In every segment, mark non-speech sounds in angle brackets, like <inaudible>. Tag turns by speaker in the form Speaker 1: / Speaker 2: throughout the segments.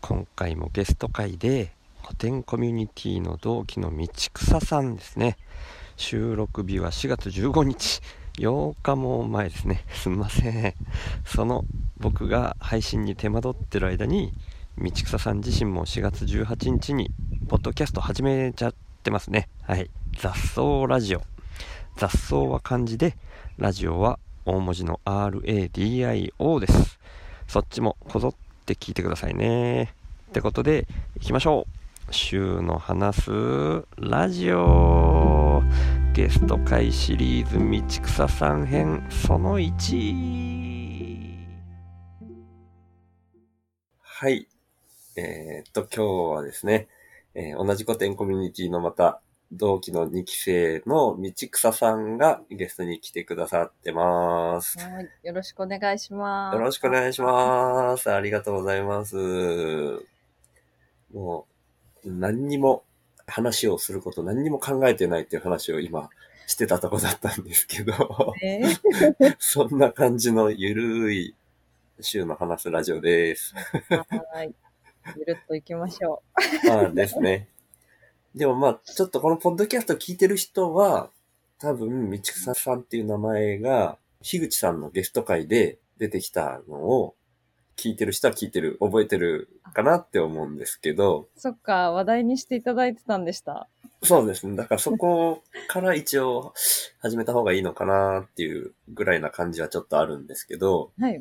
Speaker 1: 今回もゲスト会で古典コミュニティの同期の道草さんですね収録日は4月15日8日も前ですね <laughs> すんませんその僕が配信に手間取ってる間に道草さん自身も4月18日にポッドキャスト始めちゃってますねはい雑草ラジオ雑草は漢字でラジオは大文字の RADIO ですそっちもこぞって聞いてくださいねってことで行きましょう週の話すラジオゲスト会シリーズ道草さん編その1はいえーっと今日はですね、えー同じ古典コミュニティのまた同期の2期生の道草さんがゲストに来てくださってます
Speaker 2: はい、よろしくお願いします。
Speaker 1: よろしくお願いします。ありがとうございます。もう、何にも話をすること、何にも考えてないっていう話を今してたとこだったんですけど、
Speaker 2: えー
Speaker 1: <laughs> そんな感じのゆるい週の話すラジオです。
Speaker 2: はい、ゆるっといきましょ
Speaker 1: まあですね。でもまあ、ちょっとこのポッドキャスト聞いてる人は、多分、道草さんっていう名前が、樋口さんのゲスト会で出てきたのを、聞いてる人は聞いてる、覚えてるかなって思うんですけど、
Speaker 2: う。そっか、話題にしていただいてたんでした。
Speaker 1: そうですね。だからそこから一応始めた方がいいのかなっていうぐらいな感じはちょっとあるんですけど、
Speaker 2: はい。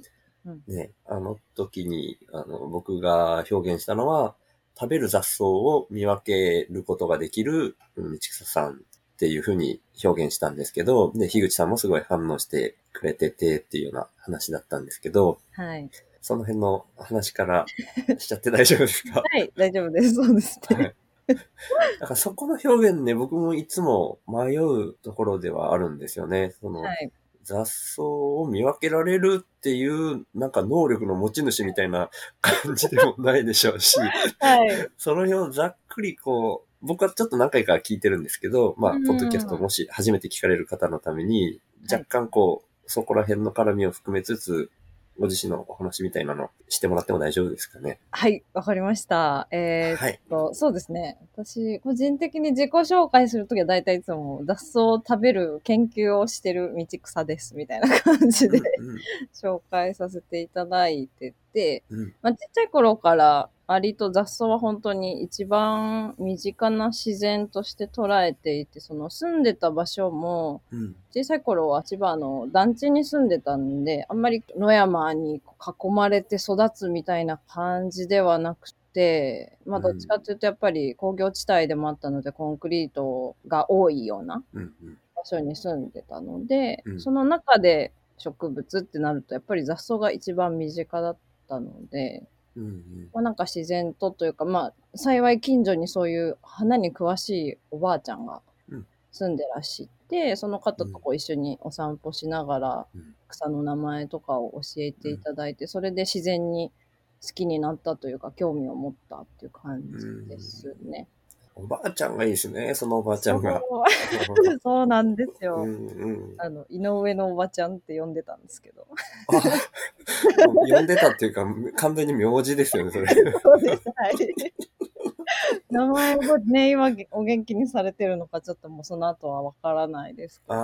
Speaker 1: ね、あの時に、あの、僕が表現したのは、食べる雑草を見分けることができる、うん道草さんっていうふうに表現したんですけど、で、樋口さんもすごい反応してくれててっていうような話だったんですけど、
Speaker 2: はい。
Speaker 1: その辺の話からしちゃって大丈夫ですか
Speaker 2: はい、大丈夫です。そうです
Speaker 1: は
Speaker 2: ね。
Speaker 1: い。だからそこの表現ね、僕もいつも迷うところではあるんですよね。その、
Speaker 2: はい。
Speaker 1: 雑草を見分けられるっていう、なんか能力の持ち主みたいな感じでもないでしょう
Speaker 2: <laughs>
Speaker 1: し、
Speaker 2: はい。
Speaker 1: その辺をざっくりこう、僕はちょっと何回か聞いてるんですけど、まあ
Speaker 2: う、ん
Speaker 1: ポッドキャストもし初めて聞かれる方のために、
Speaker 2: い
Speaker 1: 若干こう、そこら辺の絡みを含めつつ、ご自身のお話みたいなのしてもらっても大丈夫ですかね。
Speaker 2: はい、わかりました。えーっ
Speaker 1: はい。
Speaker 2: と、そうですね。私、個人的に自己紹介するときは大体いつも雑草を食べる研究をしてる道草です、みたいな感じで
Speaker 1: うん
Speaker 2: 紹介させていただいてて、
Speaker 1: うんうん
Speaker 2: まあ、ちっちゃい頃から割と雑草は本当に一番身近な自然として捉えていて、その住んでた場所も、
Speaker 1: うん
Speaker 2: 小さい頃は千葉の団地に住んでたんで、あんまり野山に囲まれて育つみたいな感じではなくて、まあどっちかというとやっぱり工業地帯でもあったのでコンクリートが多いような
Speaker 1: うんうん
Speaker 2: 場所に住んでたので、
Speaker 1: うん
Speaker 2: その中で植物ってなるとやっぱり雑草が一番身近だったので、
Speaker 1: うんうん
Speaker 2: まあ、なんか自然とというか、まあ、幸い近所にそういう花に詳しいおばあちゃんが
Speaker 1: うん
Speaker 2: 住んでらっしゃって、その方とこう一緒にお散歩しながら
Speaker 1: うん
Speaker 2: 草の名前とかを教えていただいて、それで自然に好きになったというか興味を持ったっていう感じですね。
Speaker 1: おばあちゃんがいいですね、そのおばあちゃんが。
Speaker 2: そう <laughs> そうなんですよ。
Speaker 1: うんうん
Speaker 2: あの井上のおばちゃんって呼んでたんですけど。
Speaker 1: あ呼んでたっていうか、完全に名字ですよね、それ。
Speaker 2: そうです。はい。名前をね、今お元気にされてるのか、ちょっともうその後はわからないですけ
Speaker 1: あ
Speaker 2: ど、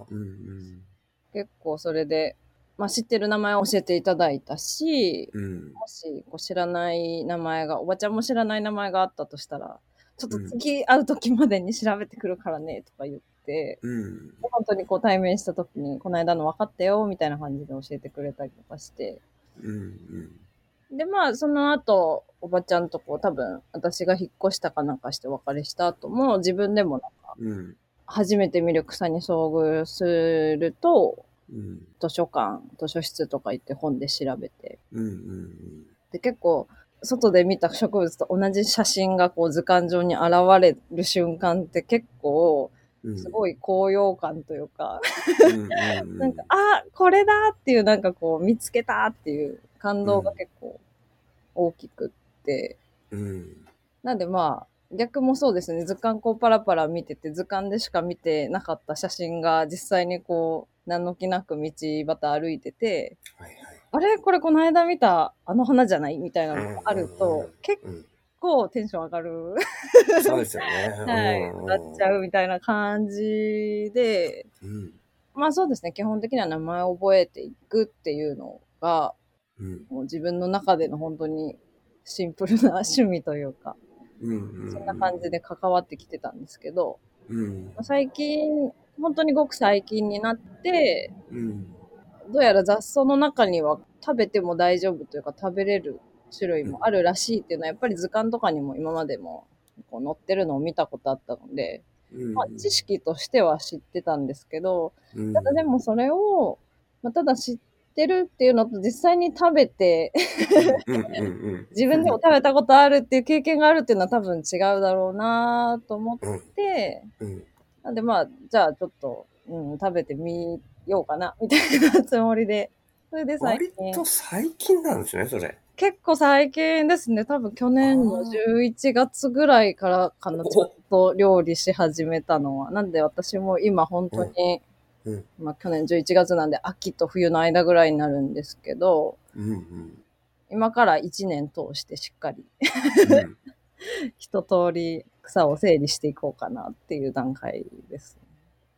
Speaker 1: あ、うんうん。
Speaker 2: 結構それで、まあ、知ってる名前を教えていただいたし、
Speaker 1: うん。
Speaker 2: もしこう知らない名前が、おばちゃんも知らない名前があったとしたら、ちょっと次会う時までに調べてくるからね、とか言って、
Speaker 1: うん。
Speaker 2: 本当にこう対面した時に、この間の分かったよ、みたいな感じで教えてくれたりとかして、
Speaker 1: うん。うん。
Speaker 2: で、まあ、その後、おばちゃんとこう、多分、私が引っ越したかなんかしてお別れした後も、自分でもなんか、
Speaker 1: うん。
Speaker 2: 初めて魅力さに遭遇すると、
Speaker 1: うん。
Speaker 2: 図書館、図書室とか行って本で調べて。
Speaker 1: うん。うん。
Speaker 2: で、結構、外で見た植物と同じ写真がこう、図鑑上に現れる瞬間って結構、
Speaker 1: うん。
Speaker 2: すごい高揚感というか、
Speaker 1: うん。うん。
Speaker 2: なんか、あ、これだっていう、なんかこう、見つけたっていう感動が結構大きくって、
Speaker 1: うん。
Speaker 2: なんでまあ、逆もそうですね。図鑑こうパラパラ見てて、図鑑でしか見てなかった写真が実際にこう、何の気なく道端歩いてて、
Speaker 1: はいはい。
Speaker 2: あれこれこの間見たあの花じゃないみたいなのがある
Speaker 1: うんうん
Speaker 2: と
Speaker 1: うん、
Speaker 2: 結
Speaker 1: うん
Speaker 2: 構テンション上がる。
Speaker 1: そうですよね。
Speaker 2: はい。
Speaker 1: うん
Speaker 2: なっちゃうみたいな感じで、
Speaker 1: うん。
Speaker 2: まあそうですね。基本的には名前を覚えていくっていうのが、
Speaker 1: うん。
Speaker 2: もう自分の中での本当にシンプルな趣味というか、
Speaker 1: うん。
Speaker 2: そんな感じで関わってきてたんですけど、
Speaker 1: うん。
Speaker 2: まあ最近、本当にごく最近になって、
Speaker 1: うん。
Speaker 2: どうやら雑草の中には食べても大丈夫というか食べれる種類もあるらしいっていうのはやっぱり図鑑とかにも今までもこう載ってるのを見たことあったので、
Speaker 1: うん。
Speaker 2: まあ、知識としては知ってたんですけど
Speaker 1: うん
Speaker 2: ただでもそれを、まあ、ただ知ってるっていうのと実際に食べて <laughs>
Speaker 1: うんうんうん。
Speaker 2: 自分でも食べたことあるっていう経験があるっていうのは多分違うだろうなと思って
Speaker 1: うん。
Speaker 2: なんでまあ、じゃあちょっと、うん、食べてみようかな、 <laughs> みたいなつもりで。それで最
Speaker 1: 割と
Speaker 2: 近。
Speaker 1: 最近なんですね、それ。
Speaker 2: 結構最近ですね。多分去年の11月ぐらいからかな、
Speaker 1: お
Speaker 2: ちょっと料理し始めたのは。なんで私も今本当に、
Speaker 1: うんうん
Speaker 2: まあ去年11月なんで秋と冬の間ぐらいになるんですけど、
Speaker 1: うんうん。
Speaker 2: 今から1年通してしっかり一通り草を整理していこうかなっていう段階です。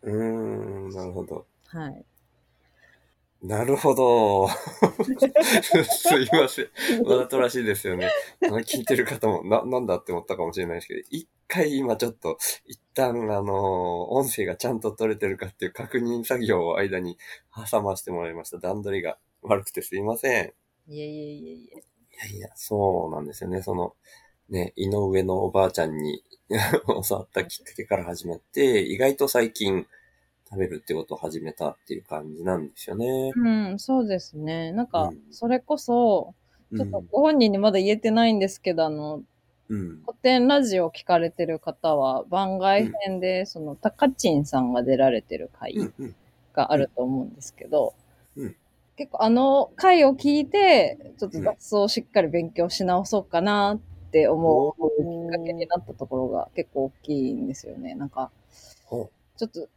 Speaker 1: うん。うん。なるほど。
Speaker 2: はい。
Speaker 1: なるほど。 <laughs> すいません。わざとらしいですよね。あの聞いてる方も、な、なんだって思ったかもしれないですけど、一回今ちょっと、一旦あの、音声がちゃんと取れてるかっていう確認作業を間に挟ましてもらいました。段取りが悪くてすいません。
Speaker 2: いえいえいえいえ。
Speaker 1: いやいや、そうなんですよね。その、ね、井上のおばあちゃんに <laughs> 教わったきっかけから始まって、意外と最近食べるってことを始めたっていう感じなんですよね。
Speaker 2: うん、そうですね。なんか
Speaker 1: うん、
Speaker 2: それこそ、ちょっとご本人にまだ言えてないんですけど、あの、
Speaker 1: うん。
Speaker 2: 古典ラジオを聞かれてる方は、番外編で、その、タカチンさんが出られてる回
Speaker 1: うん。うん。
Speaker 2: があると思うんですけど、
Speaker 1: うん
Speaker 2: 結構あの回を聞いて、ちょっと雑草をしっかり勉強し直そうかなって思うきっかけになったところが結構大きいんですよね。なんか、
Speaker 1: ほ
Speaker 2: ちょっと、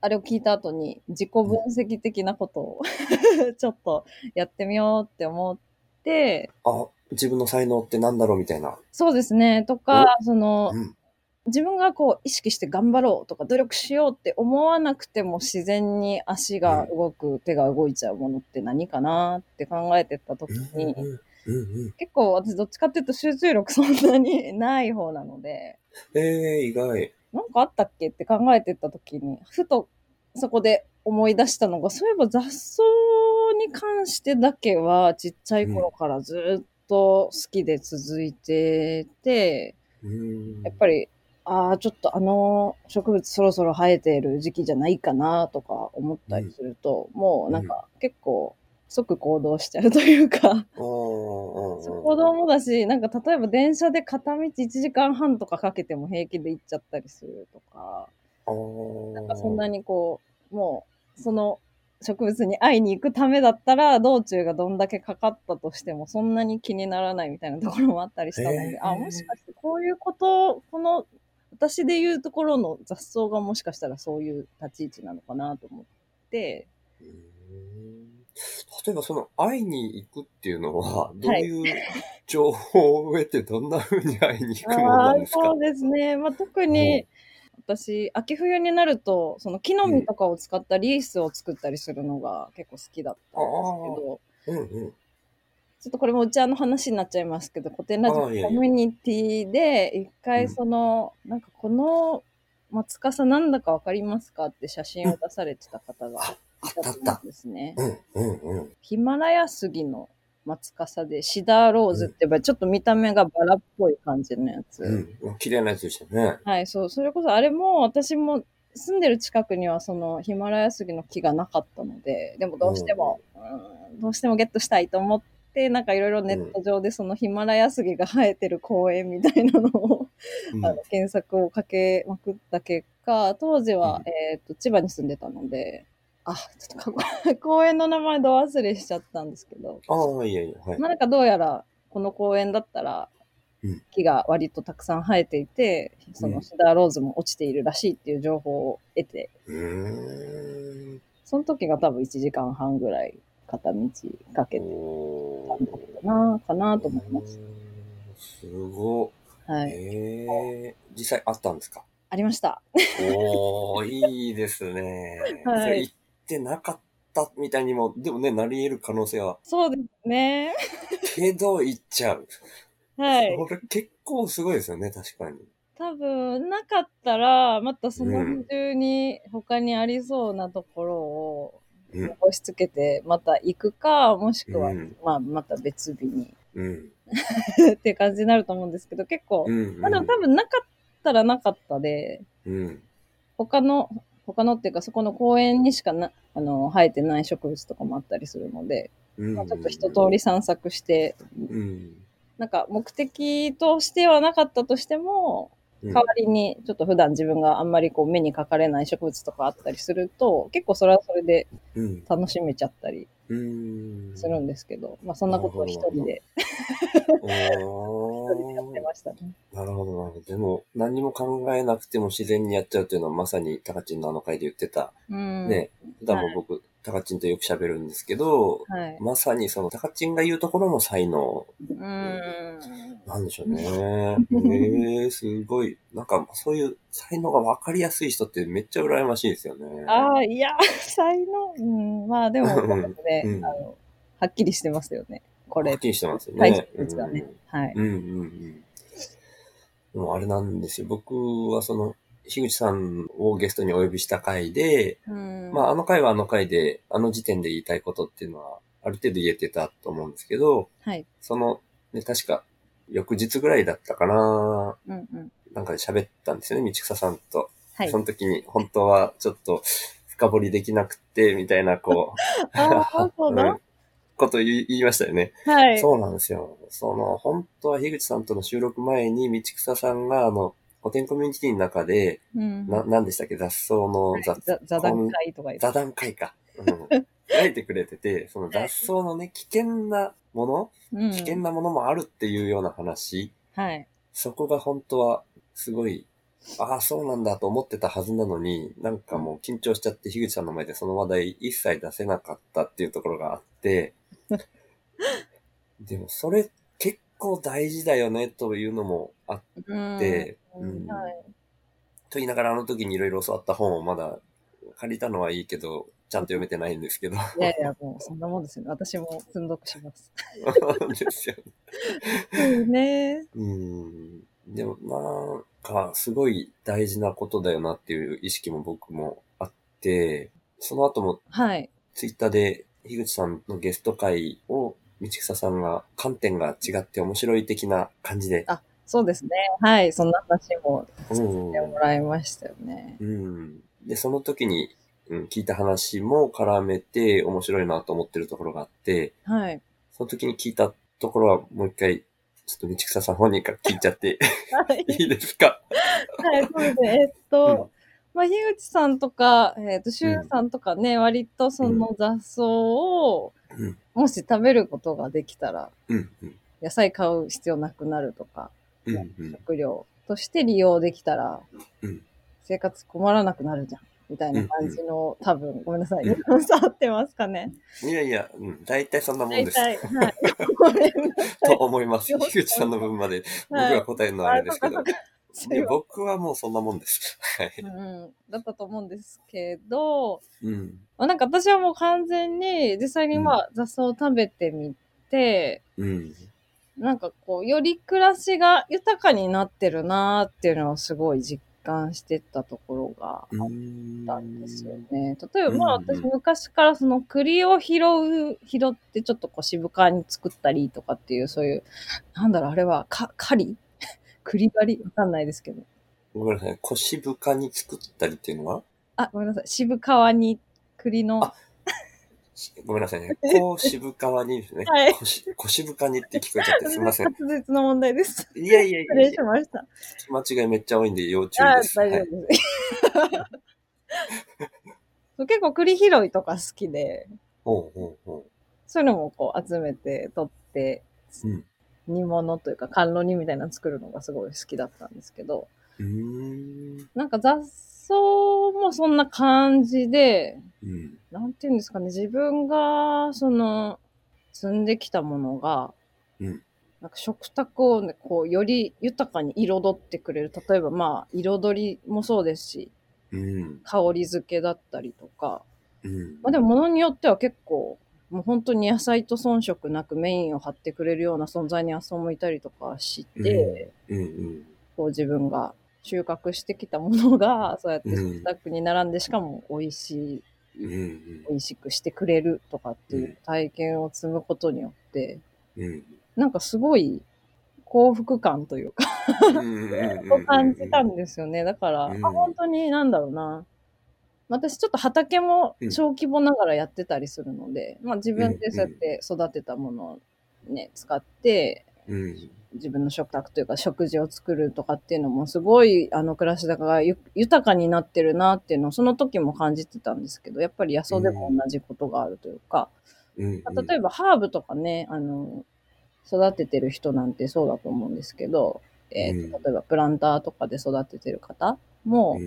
Speaker 2: あれを聞いた後に自己分析的なことを <laughs> ちょっとやってみようって思って、
Speaker 1: うあ、自分の才能ってなんだろうみたいな。
Speaker 2: そうですね、とか、その
Speaker 1: う、ん。
Speaker 2: 自分がこう意識して頑張ろうとか努力しようって思わなくても自然に足が動く、手が動いちゃうものって何かなって考えてた時
Speaker 1: うん。
Speaker 2: に、
Speaker 1: うん。うん。
Speaker 2: 結構私どっちかっていうと集中力そんなにない方なので、
Speaker 1: ええー、意外。
Speaker 2: なんかあったっけって考えてた時に、ふとそこで思い出したのが、そういえば雑草に関してだけはちっちゃい頃からずっと好きで続いてて、
Speaker 1: うん。
Speaker 2: やっぱり、ああ、ちょっとあの植物そろそろ生えている時期じゃないかなとか思ったりすると、もうなんか結構即行動しちゃうというか、
Speaker 1: あーあー。あー
Speaker 2: 子供だし、なんか例えば電車で片道1時間半とかかけても平気で行っちゃったりするとか、
Speaker 1: あー。
Speaker 2: なんかそんなにこう、もうその植物に会いに行くためだったら、道中がどんだけかかったとしてもそんなに気にならないみたいなところもあったりしたので
Speaker 1: へ、ー
Speaker 2: あ、もしかしてこういうこと、この私で言うところの雑草がもしかしたらそういう立ち位置なのかなと思って、
Speaker 1: うーん例えばその会いに行くっていうのは、どういう情報を得てどんな風に会いに行くものな
Speaker 2: あ
Speaker 1: ん
Speaker 2: ー
Speaker 1: ですか
Speaker 2: そうですね。まあ、特に、私、秋冬になると、その木の実とかを使ったリースを作ったりするのが結構好きだったんですけど、
Speaker 1: うんうん。
Speaker 2: ちょっとこれもうちあの話になっちゃいますけど、古典ラジオ
Speaker 1: あいやいや
Speaker 2: コミュニティで、一
Speaker 1: うん
Speaker 2: 回その、なんかこの松笠なんだかわかりますかって写真を出されてた方が
Speaker 1: ああ
Speaker 2: い
Speaker 1: った
Speaker 2: ら
Speaker 1: あっ
Speaker 2: っしゃった
Speaker 1: た
Speaker 2: ん。ですね。
Speaker 1: うんうんうん。
Speaker 2: ヒマラヤ杉の松笠で、シダーローズって言えばちょっと見た目がバラっぽい感じのやつ。
Speaker 1: うん。綺麗なやつでしたね。
Speaker 2: はい、そう、それこそあれも私も住んでる近くにはそのヒマラヤ杉の木がなかったので、でもどうしても、うんどうしてもゲットしたいと思って、なんかいろいろネット上でそのヒマラヤ杉が生えてる公園みたいなのを、
Speaker 1: うん
Speaker 2: あの検索をかけまくった結果、当時は、
Speaker 1: う
Speaker 2: えっと千葉に住んでたので、あ、ちょっとかっこ公園の名前ど忘れしちゃったんですけど、
Speaker 1: ああ、いやいや、はい。
Speaker 2: まあなんかどうやらこの公園だったら
Speaker 1: うん
Speaker 2: 木が割とたくさん生えていて、そ
Speaker 1: うん
Speaker 2: のシダーローズも落ちているらしいっていう情報を得て、
Speaker 1: うーん。
Speaker 2: その時が多分1時間半ぐらい片道かけて
Speaker 1: お
Speaker 2: たんだ
Speaker 1: ー
Speaker 2: ったな、かなと思います。
Speaker 1: うーんすごっ。
Speaker 2: はい。
Speaker 1: ええ実際あったんですか
Speaker 2: ありました。
Speaker 1: おー、いいですね。
Speaker 2: <laughs> はい
Speaker 1: それ言ってなかったみたいにも、でもね、なり得る可能性は、
Speaker 2: そうですね。
Speaker 1: けど言っちゃう。
Speaker 2: はい。
Speaker 1: これ結構すごいですよね、確かに。
Speaker 2: 多分なかったらまたその日中に他にありそうなところを
Speaker 1: うん
Speaker 2: 押し付けてまた行くかもしくは、
Speaker 1: うん
Speaker 2: まあ、また別日に <laughs>
Speaker 1: うん。
Speaker 2: っていう感じになると思うんですけど結構、
Speaker 1: うん。
Speaker 2: まあ、でも多分なかったらなかったで
Speaker 1: うん。
Speaker 2: 他の他のっていうかそこの公園にしかなあの生えてない植物とかもあったりするので、
Speaker 1: うん。
Speaker 2: まあ、ちょっと一通り散策して
Speaker 1: うん。
Speaker 2: なんか目的としてはなかったとしても
Speaker 1: うん。
Speaker 2: 代わりに、ちょっと普段自分があんまりこう目にかかれない植物とかあったりすると、結構それはそれで
Speaker 1: うん。
Speaker 2: 楽しめちゃったり
Speaker 1: うん。
Speaker 2: するんですけど、まあそんなことを一人で
Speaker 1: お
Speaker 2: やって
Speaker 1: ー。
Speaker 2: ましたね。
Speaker 1: なるほど、なるほど。でも、何にも考えなくても自然にやっちゃうっていうのはまさに、タカチンのあの回で言ってた。
Speaker 2: うん。
Speaker 1: ね、普段も僕、タカチンとよく喋るんですけど、
Speaker 2: はい。
Speaker 1: まさにその、タカチンが言うところの才能
Speaker 2: うん。
Speaker 1: なんでしょうね。ええすごい。なんか、そういう才能が分かりやすい人ってめっちゃ羨ましいですよね。
Speaker 2: ああ、いや、才能。うん。まあでも、
Speaker 1: うん
Speaker 2: ね、
Speaker 1: うん
Speaker 2: あの、はっきりしてますよね。こ
Speaker 1: は
Speaker 2: れ
Speaker 1: っ。きりしてますよ
Speaker 2: 大事
Speaker 1: ね。う
Speaker 2: ですよね
Speaker 1: ん
Speaker 2: はい。
Speaker 1: うんうんうん。でもあれなんですよ。僕はその、樋口さんをゲストにお呼びした回で、
Speaker 2: うん。
Speaker 1: まあ、あの回はあの回で、あの時点で言いたいことっていうのは、ある程度言えてたと思うんですけど、
Speaker 2: はい。
Speaker 1: その、ね、確か、翌日ぐらいだったかな、
Speaker 2: うんうん。なん
Speaker 1: なんかで喋ったんですよね、道草さんと。
Speaker 2: はい
Speaker 1: そ。の時に、本当はちょっと、深掘りできなくて、みたいな、こ
Speaker 2: ああ、
Speaker 1: <laughs>
Speaker 2: そう
Speaker 1: う
Speaker 2: だ。、
Speaker 1: こと言い言いましたよね。
Speaker 2: はい。
Speaker 1: そうなんですよ。その、本当は樋口さんとの収録前に、道草さんが、あの、古典コミュニティの中で、
Speaker 2: うん。
Speaker 1: な、何でしたっけ、雑草の雑
Speaker 2: 座座談会とか言って
Speaker 1: 座談会か。
Speaker 2: <laughs>
Speaker 1: うん。書いてくれてて、その雑草のね、危険なも
Speaker 2: う
Speaker 1: の、危険
Speaker 2: ん。
Speaker 1: なものもあるっていうような話、
Speaker 2: はい。
Speaker 1: そこが本当は、すごい、ああ、そうなんだと思ってたはずなのに、なんかもう緊張しちゃって、樋口さんの前でその話題一切出せなかったっていうところがあ
Speaker 2: <laughs>
Speaker 1: って、でもそれ結構大事だよねというのもあっ
Speaker 2: うん。
Speaker 1: て、
Speaker 2: うん
Speaker 1: うん
Speaker 2: はい。
Speaker 1: と言いながらあの時にいろいろ教わった本をまだ借りたのはいいけど、ちゃんと読めてないんです
Speaker 2: <laughs>
Speaker 1: けど。 <laughs>
Speaker 2: いやいや、もうそんなもんですよね。私も寸読します。
Speaker 1: ですよね。
Speaker 2: ね
Speaker 1: うん。でもなんかすごい大事なことだよなっていう意識も僕もあって、その後も
Speaker 2: はい。
Speaker 1: ツイッターで樋口さんのゲスト会を道草さんが観点が違って面白い的な感じで。
Speaker 2: あそうですね。はい。そんな話も
Speaker 1: うん
Speaker 2: してもらいましたよね。
Speaker 1: うん。で、その時に、うん、聞いた話も絡めて面白いなと思ってるところがあって、
Speaker 2: はい。
Speaker 1: その時に聞いたところはもう一回、ちょっと道草さん本人から聞いちゃって <laughs>
Speaker 2: はい。
Speaker 1: いいですか
Speaker 2: はい。そうですね。えっと、まあ、樋口さんとか、えっと、シュウさんとかね、割とその雑草を、
Speaker 1: うん
Speaker 2: もし食べることができたら、
Speaker 1: うん、うん、
Speaker 2: 野菜買う必要なくなるとか、
Speaker 1: うん、うん、
Speaker 2: 食料として利用できたら
Speaker 1: うん、
Speaker 2: 生活困らなくなるじゃん。みたいな感じの、多分、ごめんなさい。 <laughs> 伝わってますかね。
Speaker 1: いやいや、うん、大体そんなもん
Speaker 2: 大
Speaker 1: です。
Speaker 2: 体、はい。ごめんな
Speaker 1: と思います。
Speaker 2: よし
Speaker 1: 樋口さんの分まで僕
Speaker 2: はい
Speaker 1: が答えるのはあれですけ
Speaker 2: あ
Speaker 1: ど
Speaker 2: そ。さ
Speaker 1: い
Speaker 2: い
Speaker 1: や。僕はもうそんなもんです。はい。
Speaker 2: うん、だったと思うんですけど、
Speaker 1: うん、
Speaker 2: まあ、なんか私はもう完全に実際にまあ雑草を食べてみて、
Speaker 1: うん、
Speaker 2: なんかこう、より暮らしが豊かになってるなーっていうのをすごい実感してったところが
Speaker 1: う
Speaker 2: あっ
Speaker 1: ん。
Speaker 2: たんですよね。例えばまあ
Speaker 1: うんうん
Speaker 2: 私昔からその栗を拾う、拾ってちょっとこう渋皮に作ったりとかっていうそういう、なんだろう、あれは、か、狩り <laughs> 栗狩りわかんないですけど。
Speaker 1: ごめんなさい。腰深に作ったりっていうのは
Speaker 2: あ、ごめんなさい。渋皮に栗の。 <laughs>
Speaker 1: あしごめんなさいね。こう渋川にですね。
Speaker 2: はい
Speaker 1: 腰腰深にって聞こえちゃって
Speaker 2: <laughs>
Speaker 1: すいません。
Speaker 2: 滑舌の問題です。
Speaker 1: いやいやいや
Speaker 2: 失礼
Speaker 1: い
Speaker 2: しました。
Speaker 1: や、間違いめっちゃ多いんで要注
Speaker 2: あ
Speaker 1: 意
Speaker 2: あ
Speaker 1: です。
Speaker 2: 大丈
Speaker 1: はい
Speaker 2: 夫です。そう <laughs> 結構栗拾いとか好きで、
Speaker 1: ほうほうほ
Speaker 2: そういうのもこう集めて取って、
Speaker 1: う。うん。
Speaker 2: 煮物というか甘露煮みたいなの作るのがすごい好きだったんですけど、
Speaker 1: うーん。
Speaker 2: なんか雑草もそんな感じで、
Speaker 1: うん。
Speaker 2: なんていうんですかね、自分が、その、積んできたものが、
Speaker 1: うん
Speaker 2: なんか食卓を、ね、こう、より豊かに彩ってくれる。例えば、まあ、彩りもそうですし、
Speaker 1: うん。
Speaker 2: 香り付けだったりとか、
Speaker 1: うん。
Speaker 2: まあでも、物によっては結構、もう本当に野菜と遜色なくメインを張ってくれるような存在に遊もいたりとかして、
Speaker 1: うんうん。
Speaker 2: こう自分が収穫してきたものが、そうやって
Speaker 1: うん
Speaker 2: 食卓に並んで、しかも美味しい
Speaker 1: うんうん。
Speaker 2: 美味しくしてくれるとかっていう体験を積むことによって、
Speaker 1: うん。
Speaker 2: なんかすごい幸福感というか、
Speaker 1: を
Speaker 2: を感じたんですよね。だから、
Speaker 1: うん
Speaker 2: あ本当になんだろうな。私ちょっと畑も
Speaker 1: うん
Speaker 2: 小規模ながらやってたりするので、まあ自分でそうやって育てたものをね、使って、
Speaker 1: うん。
Speaker 2: 自分の食卓というか食事を作るとかっていうのもすごいあの暮らし高がゆ豊かになってるなっていうのをその時も感じてたんですけどやっぱり野草でも同じことがあるというか、
Speaker 1: うん。
Speaker 2: まあ例えばハーブとかね、あの、育ててる人なんてそうだと思うんですけど、えーと
Speaker 1: うん
Speaker 2: 例えばプランターとかで育ててる方も
Speaker 1: う、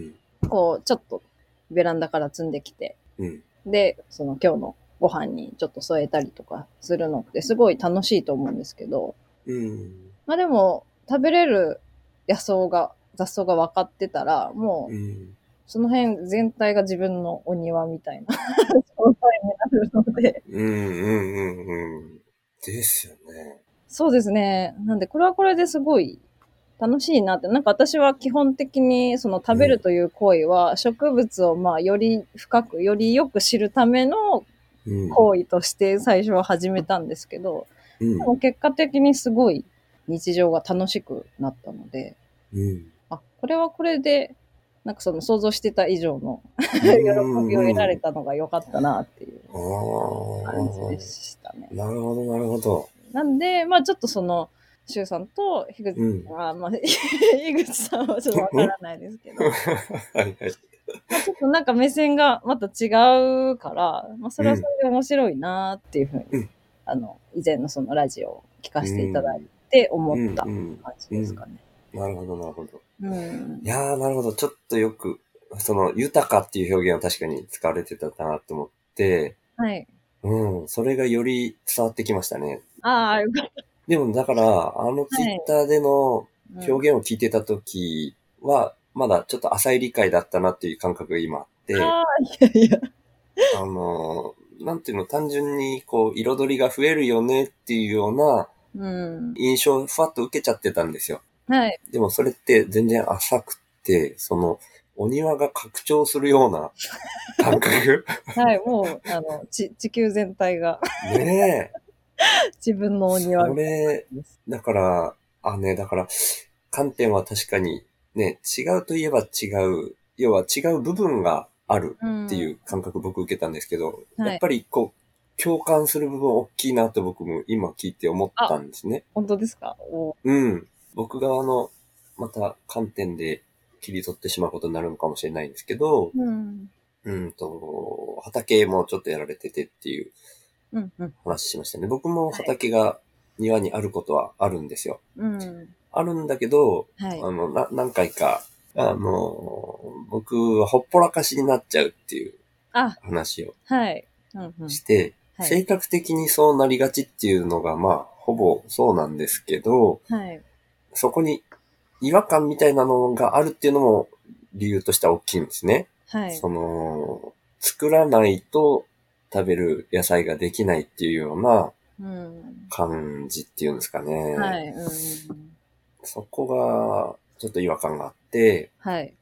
Speaker 1: ん。
Speaker 2: こう、ちょっとベランダから摘んできて、
Speaker 1: うん。
Speaker 2: で、その今日のご飯にちょっと添えたりとかするのってすごい楽しいと思うんですけど、
Speaker 1: うん。
Speaker 2: まあでも、食べれる野草が、雑草が分かってたら、もう、
Speaker 1: うん。
Speaker 2: その辺全体が自分のお庭みたいな <laughs> 状態になるので、
Speaker 1: うん。うん。うん。ですよね。
Speaker 2: そうですね。なんで、これはこれですごい楽しいなって。なんか私は基本的に、その食べるという行為は、植物をまあ、より深く、よりよく知るための
Speaker 1: うん。
Speaker 2: 行為として最初は始めたんですけど、
Speaker 1: うん
Speaker 2: でも結果的にすごい日常が楽しくなったので、
Speaker 1: うん。
Speaker 2: あ、これはこれで、なんかその想像してた以上の喜びを得られたのが良かったなっていう
Speaker 1: あ
Speaker 2: 感じで
Speaker 1: あ。
Speaker 2: したね。
Speaker 1: なるほど、なるほど。
Speaker 2: なんで、まあちょっとその、周さんと樋口
Speaker 1: うん。
Speaker 2: あまあ、 <laughs> 井口さんはちょっとわからないで
Speaker 1: <laughs>
Speaker 2: すけど、ま
Speaker 1: はいはい。
Speaker 2: あちょっとなんか目線がまた違うから、まあ、それはそれで面白いなっていうふうに、
Speaker 1: うん
Speaker 2: あの、以前のそのラジオを聞かせていただいて思った
Speaker 1: う
Speaker 2: 感
Speaker 1: んうん
Speaker 2: じですかね。
Speaker 1: なるほど、なるほど。
Speaker 2: うん。
Speaker 1: いやー、なるほど。ちょっとよく、その、豊かっていう表現は確かに使われてたなと思って、
Speaker 2: はい。
Speaker 1: うん、それがより伝わってきましたね。
Speaker 2: ああ、よかっ
Speaker 1: でも、だから、あのツイッターでの
Speaker 2: た。
Speaker 1: 表現を聞いてた時は、まだちょっと浅い理解だったなっていう感覚が今あって、あ
Speaker 2: ああ、いやいや。
Speaker 1: のー、なんていうの、単純に、こう、彩りが増えるよねっていうような
Speaker 2: うん。
Speaker 1: 印象をふわっと受けちゃってたんですよ。
Speaker 2: はい。
Speaker 1: でもそれって全然浅くて、その、お庭が拡張するような感覚
Speaker 2: はい。もう、あの、ち地球全体が <laughs>
Speaker 1: ねえ。
Speaker 2: 自分のお庭
Speaker 1: それ、
Speaker 2: です。
Speaker 1: だから、あ、ね、だから、観点は確かに、ね、違うといえば違う、要は違う部分がある
Speaker 2: うん
Speaker 1: っていう感覚僕受けたんですけど、
Speaker 2: はい
Speaker 1: やっぱりこう、共感する部分大きいなと僕も今聞いて思ったんですね。
Speaker 2: 本当ですかお
Speaker 1: うん。僕側の、また観点で切り取ってしまうことになるのかもしれないんですけど、
Speaker 2: うん。
Speaker 1: うんと、畑もちょっとやられててっていう
Speaker 2: うん。うん。
Speaker 1: 話しましたね。僕も畑が庭にあることはあるんですよ。
Speaker 2: うん。
Speaker 1: あるんだけど、
Speaker 2: はい。
Speaker 1: あの、な、何回か、あの、僕はほっぽらかしになっちゃうっていう
Speaker 2: あ、
Speaker 1: 話を
Speaker 2: はい。うん。うん。
Speaker 1: して、
Speaker 2: はい
Speaker 1: 性格的にそうなりがちっていうのが、まあ、ほぼそうなんですけど、
Speaker 2: はい。
Speaker 1: そこに違和感みたいなのがあるっていうのも理由としては大きいんですね。
Speaker 2: はい。
Speaker 1: その、作らないと食べる野菜ができないっていうような
Speaker 2: うん。
Speaker 1: 感じっていうんですかね。
Speaker 2: はい。うん。
Speaker 1: そこが、ちょっと違和感があって、
Speaker 2: はい。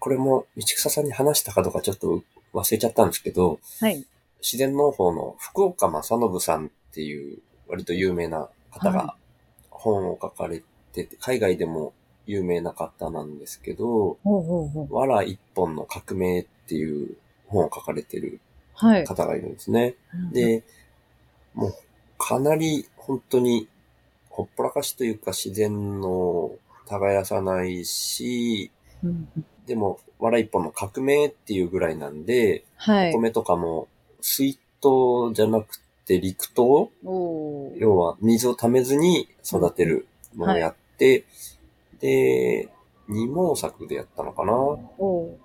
Speaker 1: これも道草さんに話したかどうかちょっと忘れちゃったんですけど、
Speaker 2: はい。
Speaker 1: 自然農法の福岡正信さんっていう割と有名な方が
Speaker 2: は
Speaker 1: 本を書かれてて、海外でも有名な方なんですけど、
Speaker 2: ほうほうほう。
Speaker 1: わら一本の革命っていう本を書かれてる
Speaker 2: はい。
Speaker 1: 方がいるんですね。で、もう、かなり、本当に、ほっぽらかしというか自然の耕さないし、
Speaker 2: うん、
Speaker 1: でも、藁一本の革命っていうぐらいなんで、
Speaker 2: はい
Speaker 1: お。米とかも、水筒じゃなくて陸筒
Speaker 2: おー
Speaker 1: 要は、水を溜めずに育てるのをやって、で、二毛作でやったのかな
Speaker 2: おー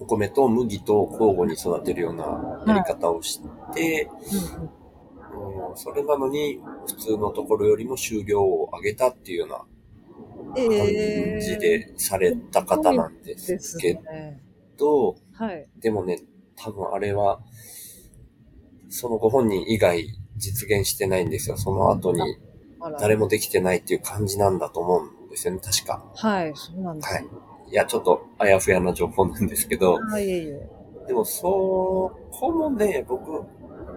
Speaker 1: お米と麦と交互に育てるようなやり方をして、うん、それなのに普通のところよりも収量を上げたっていうような
Speaker 2: え
Speaker 1: 感じでされた方なんですけ
Speaker 2: ね。
Speaker 1: ど、
Speaker 2: はい。
Speaker 1: でもね、多分あれは、そのご本人以外実現してないんですよ。その後に
Speaker 2: あら
Speaker 1: 誰もできてないっていう感じなんだと思うんですよね、確か。
Speaker 2: はい、そうなんです。
Speaker 1: はい。いや、ちょっとあやふやな情報なんですけど、
Speaker 2: はい、いえいえ。
Speaker 1: でもそこもね、僕、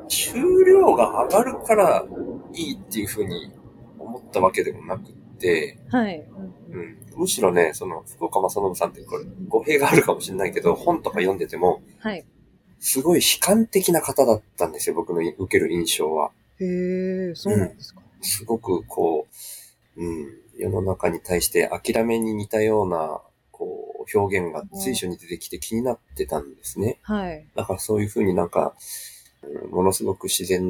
Speaker 1: 重量が上がるからいいっていうふうに思ったわけでもなくって、
Speaker 2: はい。
Speaker 1: うん、むしろね、その、福岡正信さんってこれ、語弊があるかもしれないけど、本とか読んでても、
Speaker 2: はい。
Speaker 1: すごい悲観的な方だったんですよ、僕の受ける印象は。
Speaker 2: へえ、そうなんですか。
Speaker 1: すごくこう、うん、世の中に対して諦めに似たような、こう、表現が随所に出てきて気になってたんですね。
Speaker 2: はい。
Speaker 1: だからそういうふうになんか、うんものすごく自然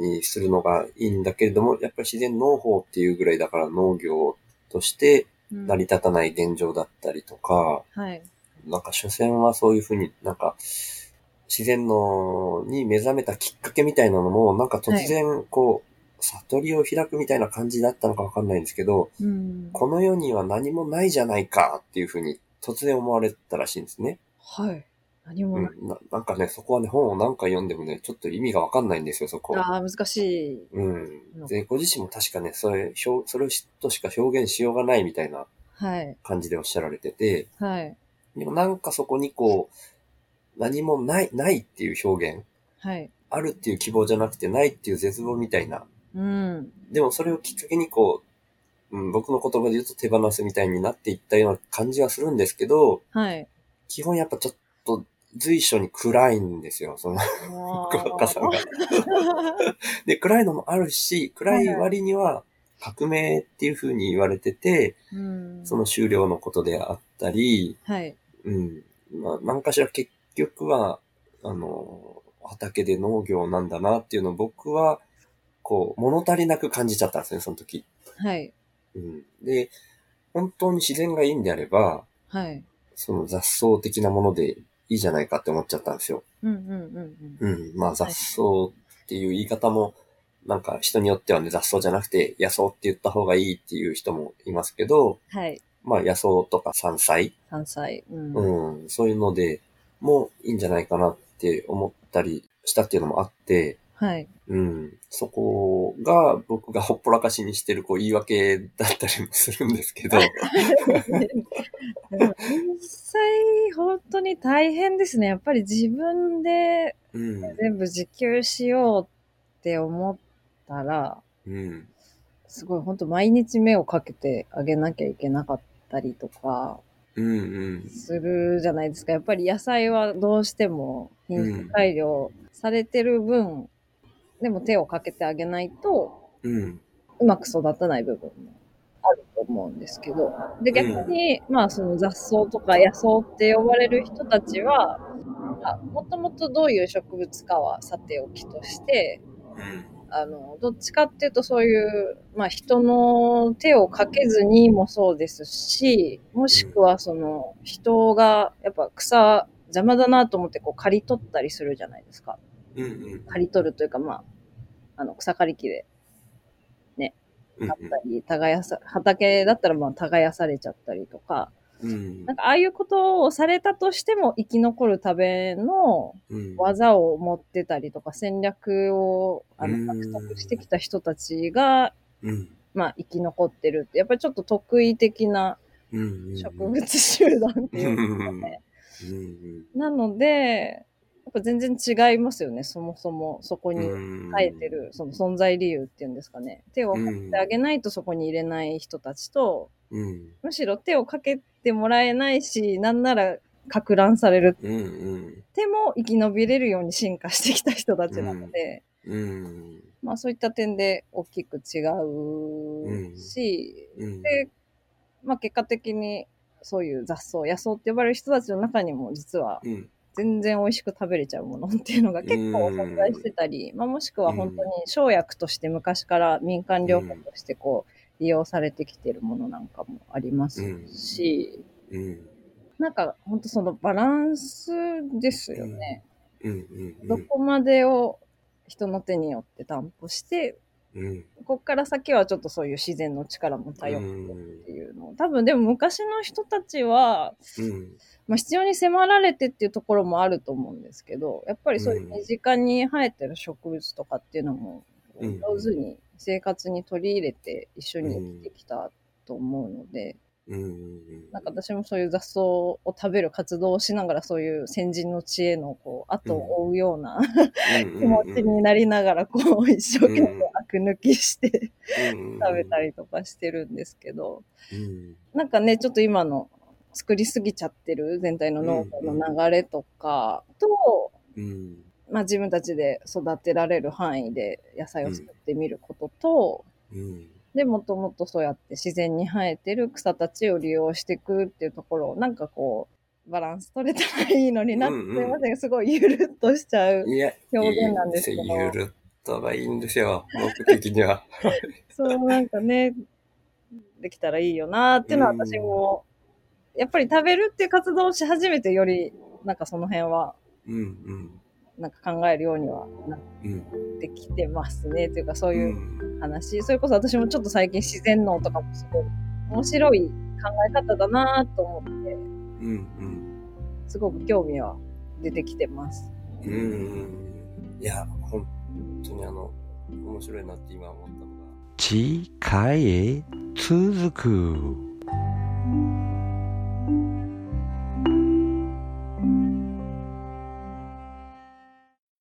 Speaker 1: にするのがいいんだけれども、やっぱり自然農法っていうぐらいだから農業として
Speaker 2: うん
Speaker 1: 成り立たない現状だったりとか、
Speaker 2: はい。
Speaker 1: なんか所詮はそういうふうになんか、自然のに目覚めたきっかけみたいなのも、なんか突然こう、悟りを開くみたいな感じだったのかわかんないんですけど、
Speaker 2: うん。
Speaker 1: この世には何もないじゃないかっていうふうに突然思われたらしいんですね。
Speaker 2: はい。何も
Speaker 1: う
Speaker 2: ない。
Speaker 1: ん、ななんかね、そこはね、本を何回読んでもね、ちょっと意味がわかんないんですよ、そこ。
Speaker 2: ああ、難しい。
Speaker 1: うん。で、ご自身も確かね、それ、表それとしか表現しようがないみたいな
Speaker 2: はい。
Speaker 1: 感じでおっしゃられてて、
Speaker 2: はい。
Speaker 1: でもなんかそこにこう、何もない、ないっていう表現、
Speaker 2: はい。
Speaker 1: あるっていう希望じゃなくて、ないっていう絶望みたいな。
Speaker 2: うん。
Speaker 1: でもそれをきっかけにこう、うん、僕の言葉で言うと手放すみたいになっていったような感じはするんですけど、 <laughs>
Speaker 2: はい。
Speaker 1: 基本やっぱちょっと随所に暗いんですよ、その
Speaker 2: 福
Speaker 1: 福岡さんが。で、暗いのもあるし、暗い割には革命っていう風に言われてて、
Speaker 2: うん。
Speaker 1: その終了のことであったり、
Speaker 2: はい。
Speaker 1: うん。まあ、何かしら結局は、あの、畑で農業なんだなっていうのを僕は、こう、物足りなく感じちゃったんですね、その時。
Speaker 2: はい。
Speaker 1: うん。で、本当に自然がいいんであれば、
Speaker 2: はい。
Speaker 1: その雑草的なものでいいじゃないかって思っちゃったんですよ。
Speaker 2: うんうんうん
Speaker 1: うん、まあ雑草っていう言い方も、なんか人によってはね、雑草じゃなくて野草って言った方がいいっていう人もいますけど、
Speaker 2: うん。はい。
Speaker 1: まあ野草とか山菜、
Speaker 2: 山菜。うん。
Speaker 1: うん、そういうのでもいいんじゃないかなって思ったりしたっていうのもあって、
Speaker 2: はい。
Speaker 1: うん、そこが僕がほっぽらかしにしてるこう言い訳だったりもするんですけど、
Speaker 2: でも山菜、本当に大変ですね。やっぱり自分で
Speaker 1: うん、
Speaker 2: 全部自給しようって思ったら、
Speaker 1: うん、
Speaker 2: すごい本当毎日目をかけてあげなきゃいけなかったりとか
Speaker 1: うん、うん、
Speaker 2: するじゃないですか。やっぱり野菜はどうしても品種改良されてる分、でも手をかけてあげないと
Speaker 1: うん、
Speaker 2: うまく育たない部分もあると思うんですけど。で、逆に、まあその雑草とか野草って呼ばれる人たちは、まあもともとどういう植物かはさておきとして、
Speaker 1: うん、
Speaker 2: あの、どっちかっていうとそういう、まあ人の手をかけずにもそうですし、もしくはその人がやっぱ草邪魔だなと思ってこう刈り取ったりするじゃないですか。
Speaker 1: うん、うん、
Speaker 2: 刈り取るというかまあ、あの草刈り機で
Speaker 1: うん、
Speaker 2: 刈ったり、耕さ、畑だったらまあ耕されちゃったりとか、
Speaker 1: うん
Speaker 2: なんかああいうことをされたとしても生き残るための
Speaker 1: うん、
Speaker 2: 技を持ってたりとか戦略をあ
Speaker 1: うん
Speaker 2: の獲得してきた人たちが
Speaker 1: うん、
Speaker 2: まあ、生き残ってるって、やっぱりちょっと特異的な
Speaker 1: うん、
Speaker 2: 植物集団っていうかね。
Speaker 1: うんうん
Speaker 2: なので、やっぱ全然違いますよね、そもそも。そこに生えてる、その存在理由っていうんですかね。手をかけてあげないとそこに入れない人たちと、
Speaker 1: うん
Speaker 2: むしろ手をかけてもらえないし、なんなら、か乱される
Speaker 1: うんうん
Speaker 2: 手も生き延びれるように進化してきた人たちなので、
Speaker 1: うん
Speaker 2: まあそういった点で大きく違うし、
Speaker 1: うん
Speaker 2: で、まあ結果的にそういう雑草、野草って呼ばれる人たちの中にも実は
Speaker 1: うん
Speaker 2: 全然美味しく食べれちゃうものっていうのが結構
Speaker 1: うん
Speaker 2: 存在してたり、まあもしくは本当に生薬として昔から民間療法としてこう利用されてきてるものなんかもありますし、
Speaker 1: うん
Speaker 2: なんか本当そのバランスですよね。
Speaker 1: うんうんう
Speaker 2: ど
Speaker 1: ん
Speaker 2: こまでを人の手によって担保して、
Speaker 1: うん
Speaker 2: こっから先はちょっとそういう自然の力も頼ってっていうのを。多分でも昔の人たちは、
Speaker 1: うん
Speaker 2: まあ、必要に迫られてっていうところもあると思うんですけど、やっぱりそういう身近に生えてる植物とかっていうの
Speaker 1: うん
Speaker 2: も、上手に生活に取り入れて一緒に生きてきたと思うので、
Speaker 1: うんうん
Speaker 2: なんか私もそういう雑草を食べる活動をしながら、そういう先人の知恵のこう後を追うような <laughs> 気持ちになりながら、こう一生懸命あく抜きして
Speaker 1: 食
Speaker 2: 食べたりとかしてるんですけど、
Speaker 1: うん
Speaker 2: なんかね、ちょっと今の作りすぎちゃってる全体の農家の流れとかと、
Speaker 1: うん
Speaker 2: まあ自分たちで育てられる範囲で野菜を作ってみることと、
Speaker 1: うん
Speaker 2: で、もっともっとそうやって自然に生えてる草たちを利用していくっていうところを、なんかこう、バランス取れたらいいのになって、
Speaker 1: うんうん
Speaker 2: すいません、すごいゆるっとしちゃう。
Speaker 1: いや、
Speaker 2: 表現なんですけど
Speaker 1: いいゆるっとがいいんですよ、僕的には。
Speaker 2: そう、なんかね、できたらいいよなーっていうのは私も、やっぱり食べるっていう活動をし始めてより、なんかその辺は
Speaker 1: うんうん
Speaker 2: なんか考えるようにはなっ
Speaker 1: うん
Speaker 2: てきてますね。というか、そう
Speaker 1: う
Speaker 2: いうん話、それこそ私もちょっと最近自然農とかもすごい面白い考え方だなと思って、
Speaker 1: うん
Speaker 2: すごく興味は出てきてます。
Speaker 1: うんうんいや、本当にあの、面白いなって今思ったのが、
Speaker 3: 次回へ続く。